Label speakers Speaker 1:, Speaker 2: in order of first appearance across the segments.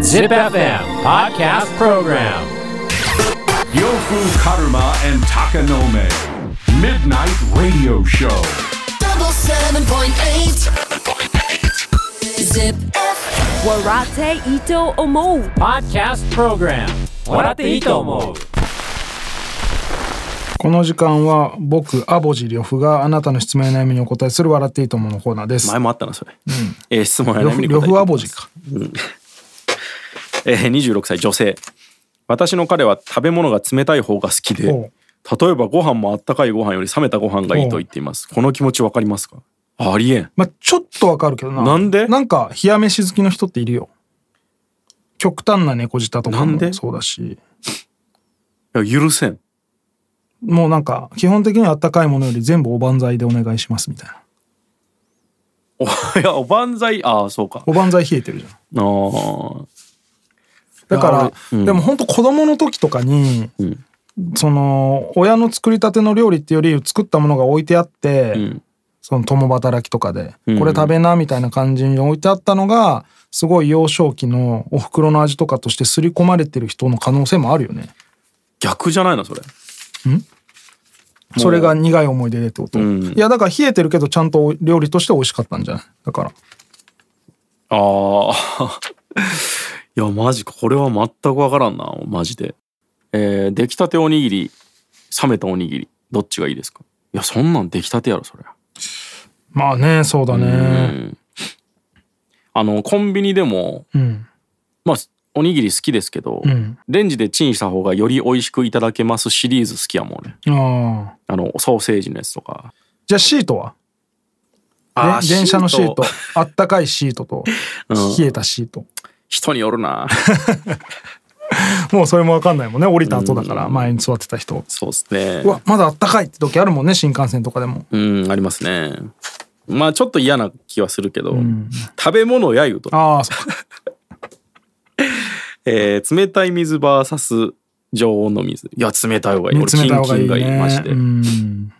Speaker 1: Zip FM Podcast Program
Speaker 2: Yofu Karuma and Takanome. Midnight Radio Show.
Speaker 3: double seven point eight. Zip.
Speaker 4: Warate Ito Omo.
Speaker 1: Podcast Program 笑っていいと思う
Speaker 5: この時間は僕アボジリョフがあなたの質問や悩みにお答えする笑っていいと思うのコーナーです。
Speaker 6: 前もあったなそれ、えー質問や
Speaker 5: 呂
Speaker 6: 悩
Speaker 5: 布
Speaker 6: みに
Speaker 5: 呂
Speaker 6: 答え
Speaker 5: 布
Speaker 6: て
Speaker 5: アボジか。
Speaker 6: えー26歳女性私の彼は食べ物が冷たい方が好きで
Speaker 5: おう
Speaker 6: 例えばご飯もあったかいご飯より冷めたご飯がいいと言っていますこの気持ちわかりますかあありえん
Speaker 5: まあちょっとわかるけどな。
Speaker 6: なんで
Speaker 5: なんか冷や飯好きの人っているよ。極端な猫舌とか
Speaker 6: なん
Speaker 5: も
Speaker 6: で
Speaker 5: そうだし、
Speaker 6: いや許せん
Speaker 5: もうなんか基本的にはあったかいものより全部おばんざいでお願いしますみたいな。
Speaker 6: お いやおばんざいああそうか
Speaker 5: おばんざい冷えてるじゃん。
Speaker 6: あー
Speaker 5: だから、
Speaker 6: うん
Speaker 5: でも本当子供の時とかに、
Speaker 6: うん
Speaker 5: その親の作りたての料理っていうより作ったものが置いてあって、
Speaker 6: うん
Speaker 5: その共働きとかで、
Speaker 6: うん
Speaker 5: これ食べなみたいな感じに置いてあったのがすごい幼少期のお袋の味とかとして刷り込まれてる人の可能性もあるよね
Speaker 6: 逆じゃないなそれ
Speaker 5: それが苦い思い出でってこと、
Speaker 6: うん
Speaker 5: いやだから冷えてるけどちゃんと料理として美味しかったんじゃないだから
Speaker 6: ああ。 いや、マジか。これは全くわからんな。マジで。えー、出来たておにぎり、冷めたおにぎり、どっちがいいですかいや、そんなん出来たてやろ、そりゃ。
Speaker 5: まあねそうだね
Speaker 6: あの、コンビニでも、
Speaker 5: うん
Speaker 6: まあ、おにぎり好きですけど、
Speaker 5: うん、
Speaker 6: レンジでチンした方がより美味しくいただけますシリーズ好きやもんね。
Speaker 5: ああ
Speaker 6: あの、ソーセージのやつとか。
Speaker 5: じゃあシートは
Speaker 6: あー
Speaker 5: で電車のシート
Speaker 6: シ
Speaker 5: あったかいシートと
Speaker 6: うん
Speaker 5: 冷えたシート、
Speaker 6: 人によ るな。
Speaker 5: もうそれも分かんないもんね降りた後だから
Speaker 6: うん
Speaker 5: 前に座ってた人
Speaker 6: そうですね。
Speaker 5: うわまだあったかいって時あるもんね新幹線とかでも
Speaker 6: うん、ありますね。まあ、ちょっと嫌な気はするけど、
Speaker 5: ん
Speaker 6: 食べ物を揶揄と
Speaker 5: ああそうか
Speaker 6: えー冷たい水 VS 常温の水いや冷たい方がいい
Speaker 5: 冷
Speaker 6: 俺
Speaker 5: た
Speaker 6: キ
Speaker 5: い
Speaker 6: ン
Speaker 5: 方
Speaker 6: キ
Speaker 5: がい
Speaker 6: ン
Speaker 5: い
Speaker 6: がいい
Speaker 5: ね
Speaker 6: マジで
Speaker 5: うん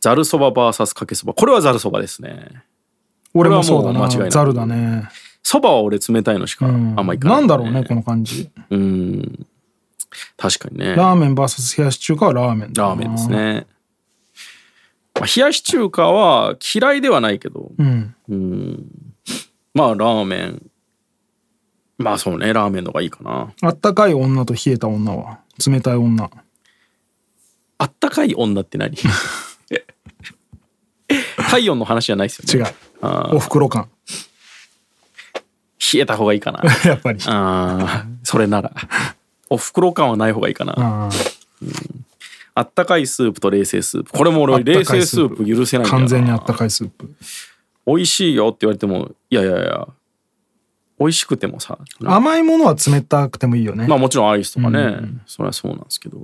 Speaker 6: ざるそば VS かけそばこれはざるそばですね
Speaker 5: 俺もそうだ
Speaker 6: これはも
Speaker 5: な
Speaker 6: う間違いない
Speaker 5: ざるだね
Speaker 6: そばは俺冷たいのしか
Speaker 5: う
Speaker 6: あ
Speaker 5: ん
Speaker 6: んまいかない、
Speaker 5: なんだろうねこの感じ
Speaker 6: うん確かにね
Speaker 5: ラーメン VS 冷やし中華はラーメンだな
Speaker 6: ラーメンですね、まあ、冷やし中華は嫌いではないけど
Speaker 5: うん
Speaker 6: うんまあラーメンまあそうねラーメンの方がいいかな
Speaker 5: あったかい女と冷えた女は冷たい女
Speaker 6: あったかい女っ て何体温の話じゃないです
Speaker 5: 違
Speaker 6: よ
Speaker 5: う
Speaker 6: ねあー
Speaker 5: おふくろ感
Speaker 6: 冷えた方がいいかな
Speaker 5: やっぱり
Speaker 6: ああ、それなら。お袋感はない方がいいかな。
Speaker 5: あー
Speaker 6: あったかいスープと冷製スープ。これも
Speaker 5: あっ
Speaker 6: 俺、
Speaker 5: たか
Speaker 6: 冷
Speaker 5: いスープ
Speaker 6: 製スープ許せないんだよ
Speaker 5: 完
Speaker 6: な
Speaker 5: 全にあったかいスープ
Speaker 6: 美味しいよって言われても、いやいやいや、美味しくてもさ、
Speaker 5: 甘いものは冷たくてもいいよね
Speaker 6: まあもちろんアイスとかね、それはそうなんですけど。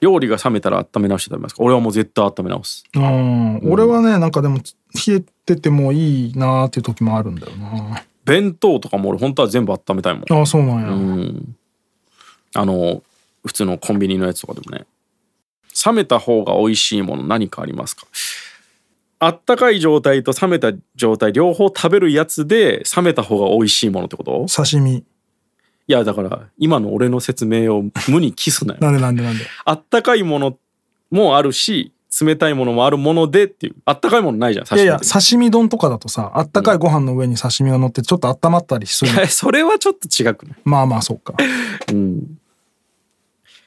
Speaker 6: 料理が冷めたら温め直して食べますか俺はもう絶対温め直す。
Speaker 5: うん俺はねなんかでも冷えててもいいなーっていう時もあるんだよな
Speaker 6: 弁当とかも俺本当は全部温めたいもん。
Speaker 5: ああそうなんや、
Speaker 6: うん。あの、普通のコンビニのやつとかでもね。冷めた方が美味しいもの何かありますかあったかい状態と冷めた状態両方食べるやつで冷めた方が美味しいものってこと
Speaker 5: 刺身
Speaker 6: いやだから今の俺の説明を無にキスなよ。
Speaker 5: なんでなんでなんで
Speaker 6: あったかいものもあるし冷たいものもあるものでっていうあったかいものないじゃん
Speaker 5: い
Speaker 6: 刺
Speaker 5: や
Speaker 6: 身
Speaker 5: いや
Speaker 6: って
Speaker 5: 刺身丼とかだとさあったかいご飯の上に刺身が乗ってちょっと温まったりする、
Speaker 6: いやそれはちょっと違くない
Speaker 5: まあまあそうか
Speaker 6: うん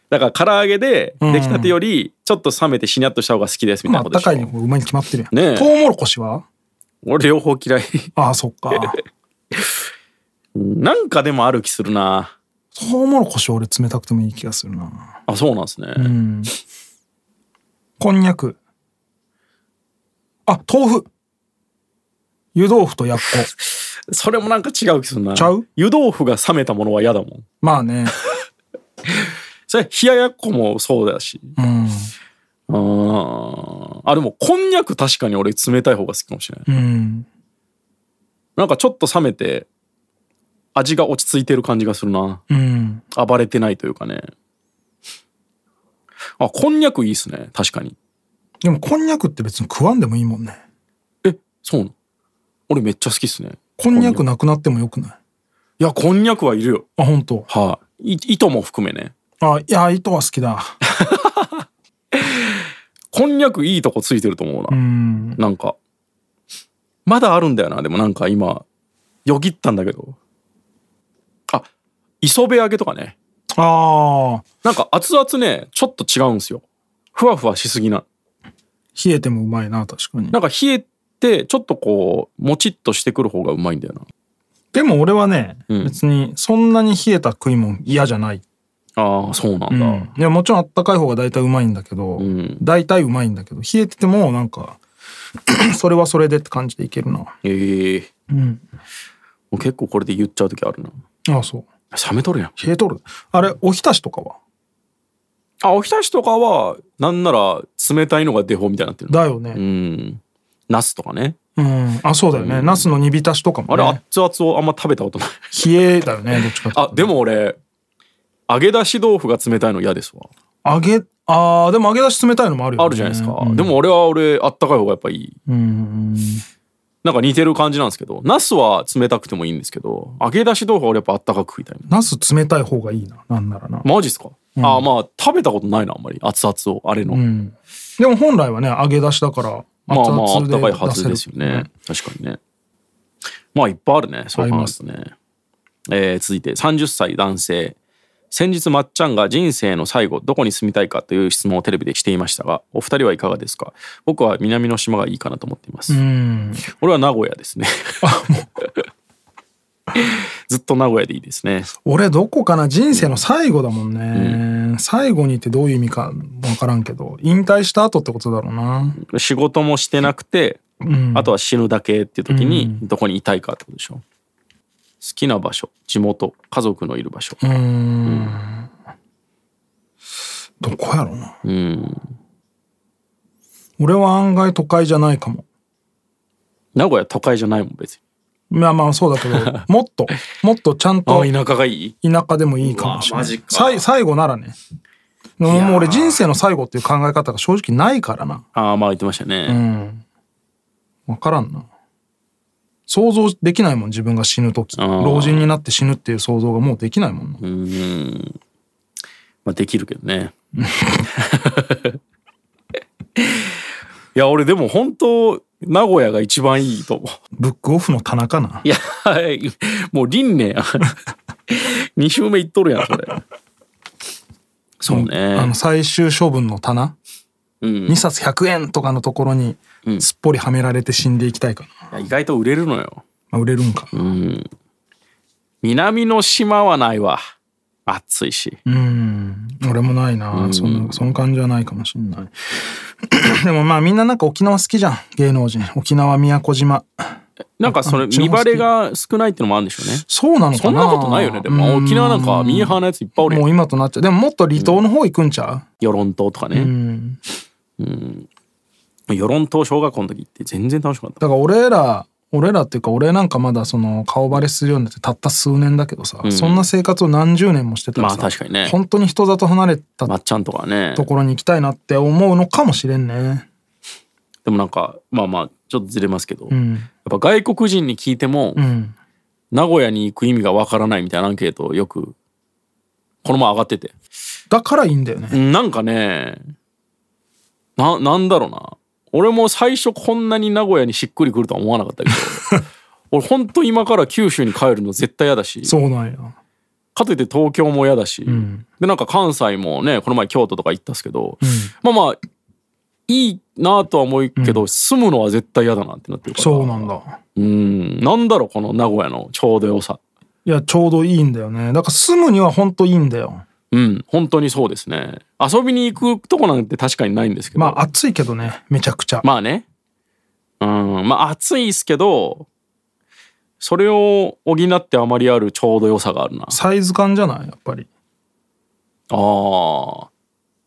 Speaker 6: だから唐揚げで
Speaker 5: うん
Speaker 6: 出来たてよりちょっと冷めてしにゃっとした方が好きですみた
Speaker 5: ま
Speaker 6: い
Speaker 5: ああ
Speaker 6: な
Speaker 5: っ
Speaker 6: こと
Speaker 5: た
Speaker 6: でしょ、
Speaker 5: かいにうまいに決まってるやん、
Speaker 6: ねえ
Speaker 5: トウモロコシは
Speaker 6: 俺両方嫌い
Speaker 5: ああそっ か
Speaker 6: なんかでもある気するな
Speaker 5: トウモロコシは俺冷たくてもいい気がするな
Speaker 6: あそうなんですね、
Speaker 5: うんこんにゃくあ豆腐湯豆腐と やっこ
Speaker 6: それもなんか違う気するな
Speaker 5: ちゃう
Speaker 6: 湯豆腐が冷めたものは嫌だもん
Speaker 5: まあね
Speaker 6: それ冷ややっこもそうだし
Speaker 5: うん
Speaker 6: あーあでもこんにゃく確かに俺冷たい方が好きかもしれな
Speaker 5: う
Speaker 6: い
Speaker 5: ん
Speaker 6: なんかちょっと冷めて味が落ち着いてる感じがするな
Speaker 5: うん
Speaker 6: 暴れてないというかねあこんにゃくいいっすね確かに
Speaker 5: でもこんにゃくって別に食わんでもいいもんね
Speaker 6: えそうなの俺めっちゃ好きっすね
Speaker 5: こんにゃくなくなってもよくない
Speaker 6: いやこんにゃくはいるよ
Speaker 5: あ本当。
Speaker 6: はい、い糸も含めね
Speaker 5: あいや糸は好きだ
Speaker 6: こんにゃくいいとこついてると思うな、
Speaker 5: うん
Speaker 6: なんかまだあるんだよなでもなんか今よぎったんだけどあ磯辺揚げとかね
Speaker 5: あー
Speaker 6: なんか熱々ねちょっと違うんですよふわふわしすぎな
Speaker 5: 冷えてもうまいな確かに
Speaker 6: なんか冷えてちょっとこうもちっとしてくる方がうまいんだよな
Speaker 5: でも俺はね、
Speaker 6: うん
Speaker 5: 別にそんなに冷えた食いもん嫌じゃない、
Speaker 6: ああそうな
Speaker 5: うん
Speaker 6: だ、
Speaker 5: ん、いやもちろんあったかい方が大体うまいんだけど、
Speaker 6: ん
Speaker 5: 大体うまいんだけど冷えててもなんか それはそれでって感じでいけるな
Speaker 6: ええ
Speaker 5: うん
Speaker 6: もう結構これで言っちゃう時あるな
Speaker 5: ああそう
Speaker 6: 冷めとるやん
Speaker 5: 冷えとるあれおひたしとかは
Speaker 6: あおひたしとかはなんなら冷たいのがデフォみたいになってるの
Speaker 5: だよ
Speaker 6: う
Speaker 5: ね
Speaker 6: んナスとかね
Speaker 5: うん、あそうだよね、ナスの煮浸しとかも、
Speaker 6: あれ
Speaker 5: ね、
Speaker 6: 熱々をあんま食べたことない
Speaker 5: 冷えだよねどっちかっていうと
Speaker 6: あでも俺揚げ出し豆腐が冷たいの嫌ですわ
Speaker 5: 揚げあーでも揚げ出し冷たいのもあるよ、ね、
Speaker 6: あるじゃないですか、
Speaker 5: うん
Speaker 6: でも俺は俺あったかい方がやっぱいい
Speaker 5: うん
Speaker 6: なんか似てる感じなんですけどナスは冷たくてもいいんですけど揚げ出し豆腐は俺やっぱあったかく食いたいな
Speaker 5: ナス冷たい方がいいななんならな、
Speaker 6: マジっすか、ああまあ食べたことないなあんまり熱々をあれの、
Speaker 5: うん、でも本来はね揚げ出しだから
Speaker 6: まあまああ
Speaker 5: 熱々
Speaker 6: っ
Speaker 5: で
Speaker 6: たかいはず
Speaker 5: 出せる
Speaker 6: ですよね、確かにねまあいっぱいあるねそう考えるとね、えー続いて30歳男性先日まっちゃんが人生の最後どこに住みたいかという質問をテレビでしていましたがお二人はいかがですか僕は南の島がいいかなと思っています、
Speaker 5: うん
Speaker 6: 俺は名古屋ですね ずっと名古屋でいいですね
Speaker 5: 俺どこかな人生の最後だもんね、最後にってどういう意味か分からんけど引退した後ってことだろうな
Speaker 6: 仕事もしてなくて、あとは死ぬだけっていう時にどこにいたいかってことでしょ、好きな場所地元家族のいる場所
Speaker 5: うんどこやろうな
Speaker 6: うん
Speaker 5: 俺は案外都会じゃないかも
Speaker 6: 名古屋都会じゃないもん別に
Speaker 5: まあまあそうだけどもっともっとちゃんと
Speaker 6: 舎がいい
Speaker 5: 田舎でもいいかもしれな
Speaker 6: うわマジ
Speaker 5: い
Speaker 6: か
Speaker 5: さい最後ならねでももう俺人生の最後っていう考え方が正直ないからな
Speaker 6: ああまあ言ってました
Speaker 5: う
Speaker 6: ね、
Speaker 5: ん。わからんな。想像できないもん、自分が死ぬとき。
Speaker 6: あー
Speaker 5: 老人になって死ぬっていう想像がもうできないもんな。
Speaker 6: まあ、できるけどね いや俺でも本当名古屋が一番いいと思う
Speaker 5: ブックオフの棚かな。
Speaker 6: いやはいもう輪廻 や2週目いっとるやんそれそう
Speaker 5: あ
Speaker 6: ね
Speaker 5: の、最終処分の棚。2冊100円とかのところにすっぽりはめられて死んでいきたいかな。
Speaker 6: いや意外と売れるのよ
Speaker 5: まあ、売れるんか。
Speaker 6: 南の島はないわ暑いし
Speaker 5: うん。俺もないな。そんな、その感じはないかもしんない。 でもまあみんななんか沖縄好きじゃん。芸能人。沖縄、宮古島。
Speaker 6: なんかそれ
Speaker 5: あ注文
Speaker 6: 見
Speaker 5: 好き
Speaker 6: バレが少ないってのもあるんでしょうね
Speaker 5: そうなのかな
Speaker 6: そんなことないよねでも
Speaker 5: うん
Speaker 6: 沖縄なんかミーハーなやついっぱいおるや
Speaker 5: も
Speaker 6: ん
Speaker 5: う今となっちゃう。でももっと離島の方行くんちゃう、
Speaker 6: 与論島とかねうん与論島小学校の時って全然楽しくなかった
Speaker 5: だから俺ら俺らっていうか俺なんかまだその顔バレするようになってたった数年だけどさ、そんな生活を何十年もしてたらさ、
Speaker 6: まあ確かにね
Speaker 5: 本当に人里離れた
Speaker 6: まっちゃんとかね
Speaker 5: ところに行きたいなって思うのかもしれんね。
Speaker 6: でもなんかまあまあちょっとずれますけど、
Speaker 5: ん
Speaker 6: やっぱ外国人に聞いても、
Speaker 5: うん、
Speaker 6: 名古屋に行く意味がわからないみたいなアンケートよくこの前上がってて
Speaker 5: だからいいんだよね。
Speaker 6: なんかねななんだろうな俺も最初こんなに名古屋にしっくりくるとは思わなか ったけど俺ほんと今から九州に帰るの絶対嫌だし
Speaker 5: そうなんや。
Speaker 6: かといって東京も嫌だし、でなんか関西もねこの前京都とか行ったっすけど、まあまあいいなとは思うけど、住むのは絶対嫌だなってなってるから
Speaker 5: そうなんだ。
Speaker 6: うんなんだろうこの名古屋のちょうど良さ
Speaker 5: いやちょうどいいんだよね。だから住むには本当いいんだよ。
Speaker 6: うん本当にそうですね遊びに行くとこなんて確かにないんですけど
Speaker 5: まあ暑いけどねめちゃくちゃ。
Speaker 6: まあね。うん、まあ暑いですけど、それを補ってあまりあるちょうど良さがあるな。あ
Speaker 5: サイズ感じゃないやっぱり。
Speaker 6: あ。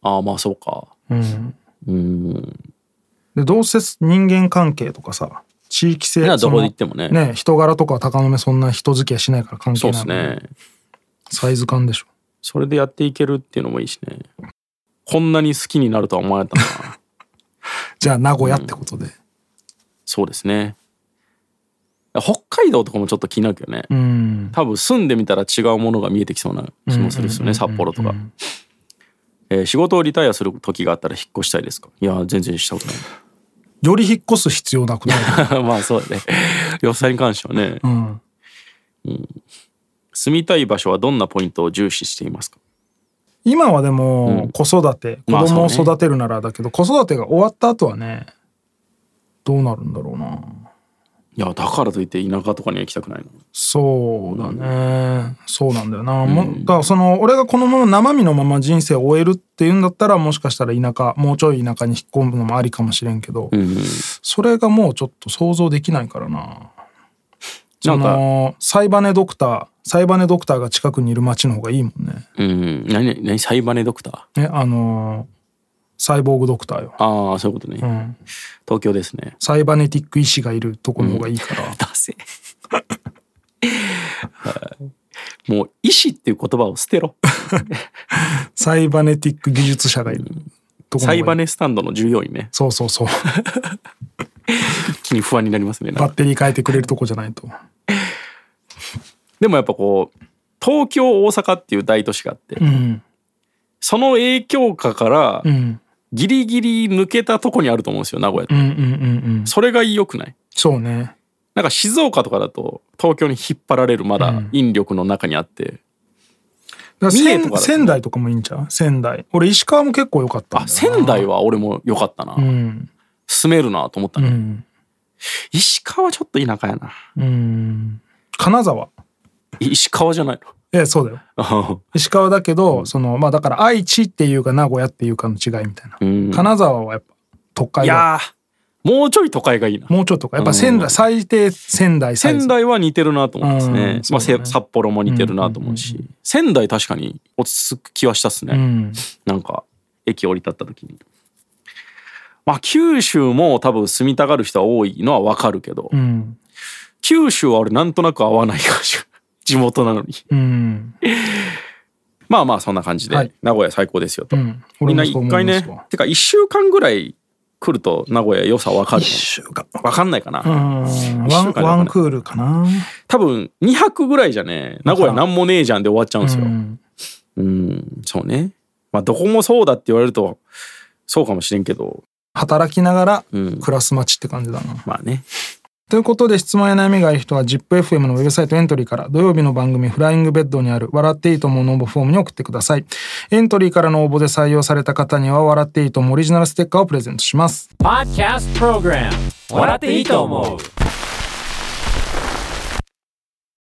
Speaker 6: ああ、まあそうか。
Speaker 5: うん、
Speaker 6: うん。
Speaker 5: でどうせ人間関係とかさ地域性
Speaker 6: ね
Speaker 5: その
Speaker 6: どこで行ってもね
Speaker 5: ね人柄とかは高めそんな人付き合いしないから関
Speaker 6: そ
Speaker 5: 係
Speaker 6: う
Speaker 5: な
Speaker 6: で
Speaker 5: い
Speaker 6: すね。
Speaker 5: サイズ感でしょ
Speaker 6: それでやっていけるっていうのもいいしね。こんなに好きになるとは思わなかったな。
Speaker 5: じゃあ名古屋ってことで、
Speaker 6: そうですね。北海道とかもちょっと気になるけどね、
Speaker 5: うん
Speaker 6: 多分住んでみたら違うものが見えてきそうな気もするっすよね、札幌とか、えー仕事をリタイアする時があったら引っ越したいですかいや全然したことない
Speaker 5: より引っ越す必要な くなる
Speaker 6: まあそうだね。要塞に関してはね、
Speaker 5: うん
Speaker 6: 住みたい場所はどんなポイントを重視していますか
Speaker 5: 今はでも子育て、
Speaker 6: まあ
Speaker 5: 子供を
Speaker 6: そうね
Speaker 5: 育てるならだけど、子育てが終わった後はねどうなるんだろうない
Speaker 6: やだからといって田舎とかには行きたくないな
Speaker 5: そうだねそうなんだよな、もだからその俺がこのまま生身のまま人生を終えるっていうんだったらもしかしたら田舎もうちょい田舎に引っ込むのもありかもしれんけど、
Speaker 6: うん
Speaker 5: それがもうちょっと想像できないからな
Speaker 6: な
Speaker 5: そ
Speaker 6: んか
Speaker 5: のサイバネドクターサイバネドクターが近くにいる町の方がいいもんね
Speaker 6: うん何何サイバネドクター
Speaker 5: ねあのーサイボーグドクターよ、
Speaker 6: ああそういうことね、
Speaker 5: うん、
Speaker 6: 東京ですね
Speaker 5: サイバネティック医師がいるとこの方がいいから、
Speaker 6: ダセ はいもう医師っていう言葉を捨て ろ
Speaker 5: サイバネティック技術者がいるとこの方が
Speaker 6: サ
Speaker 5: いい
Speaker 6: イバネスタンドの従業員ね
Speaker 5: そうそうそう
Speaker 6: 気に不安になりますねなん
Speaker 5: バッ
Speaker 6: か
Speaker 5: テリー変えてくれるとこじゃないと
Speaker 6: でもやっぱこう東京大阪っていう大都市があって、
Speaker 5: うん
Speaker 6: その影響下から
Speaker 5: うん
Speaker 6: ギリギリ抜けたとこにあると思うんですよ名古屋って
Speaker 5: うんうんうんうん
Speaker 6: それが良くない
Speaker 5: そうね
Speaker 6: なんか静岡とかだと東京に引っ張られるまだ引力の中にあって、
Speaker 5: だから
Speaker 6: 三重
Speaker 5: 仙
Speaker 6: とかだと
Speaker 5: 仙台とかもいいんちゃう仙台俺石川も結構良かったん
Speaker 6: あ
Speaker 5: だよな
Speaker 6: 仙台は俺も良かったな、
Speaker 5: うん
Speaker 6: 住めるなと思った
Speaker 5: う
Speaker 6: ね、
Speaker 5: ん
Speaker 6: 石川はちょっと田舎やな
Speaker 5: うん金沢
Speaker 6: い石川じゃない
Speaker 5: えそうだよ
Speaker 6: の
Speaker 5: 石川だけど、そのまあだから愛知っていうか名古屋っていうかの違いみたいな、
Speaker 6: うん
Speaker 5: 金沢はやっぱ都会
Speaker 6: い
Speaker 5: だ
Speaker 6: やーもうちょい都会がいいな
Speaker 5: もうちょっとかやっぱ仙台、
Speaker 6: うん
Speaker 5: 最低仙台サイズ
Speaker 6: 仙台は似てるなと思いますね,、
Speaker 5: うん
Speaker 6: まあ、
Speaker 5: そうだ
Speaker 6: せ
Speaker 5: ね
Speaker 6: 札幌も似てるなと思うし、
Speaker 5: うんう
Speaker 6: 仙台確かに落ち着く気はしたっすね、
Speaker 5: うん
Speaker 6: なんか駅降り立った時に。まあ九州も多分住みたがる人は多いのはわかるけど、
Speaker 5: うん
Speaker 6: 九州は俺なんとなく合わない感じが 地元なのに。
Speaker 5: うん
Speaker 6: まあまあそんな感じで、
Speaker 5: はい
Speaker 6: 名古屋最高ですよと。
Speaker 5: うん
Speaker 6: み
Speaker 5: 俺
Speaker 6: んな
Speaker 5: もそう思
Speaker 6: 一
Speaker 5: い
Speaker 6: 回
Speaker 5: ま
Speaker 6: ね
Speaker 5: すわ、
Speaker 6: てか一週間ぐらい来ると名古屋良さわかる
Speaker 5: 一。週間
Speaker 6: わかんないかな。
Speaker 5: うん
Speaker 6: 一
Speaker 5: ワ
Speaker 6: 週
Speaker 5: ン
Speaker 6: 間
Speaker 5: ワン
Speaker 6: だから
Speaker 5: クールかな
Speaker 6: 多分2泊ぐらいじゃね、名古屋なんもねえじゃんで終わっちゃうんですよ。
Speaker 5: うん
Speaker 6: うん、そうね。まあどこもそうだって言われると、そうかもしれんけど、
Speaker 5: 働きながら
Speaker 6: うん
Speaker 5: 暮らす街って感じだな、
Speaker 6: まあね。
Speaker 5: ということで質問や悩みがある人は ZIPFM のウェブサイトエントリーから土曜日の番組フライングベッドにある笑っていいと思うの応募フォームに送ってくださいエントリーからの応募で採用された方には笑っていいと思うオリジナルステッカーをプレゼントします
Speaker 1: Podcast Program 笑っていいと思う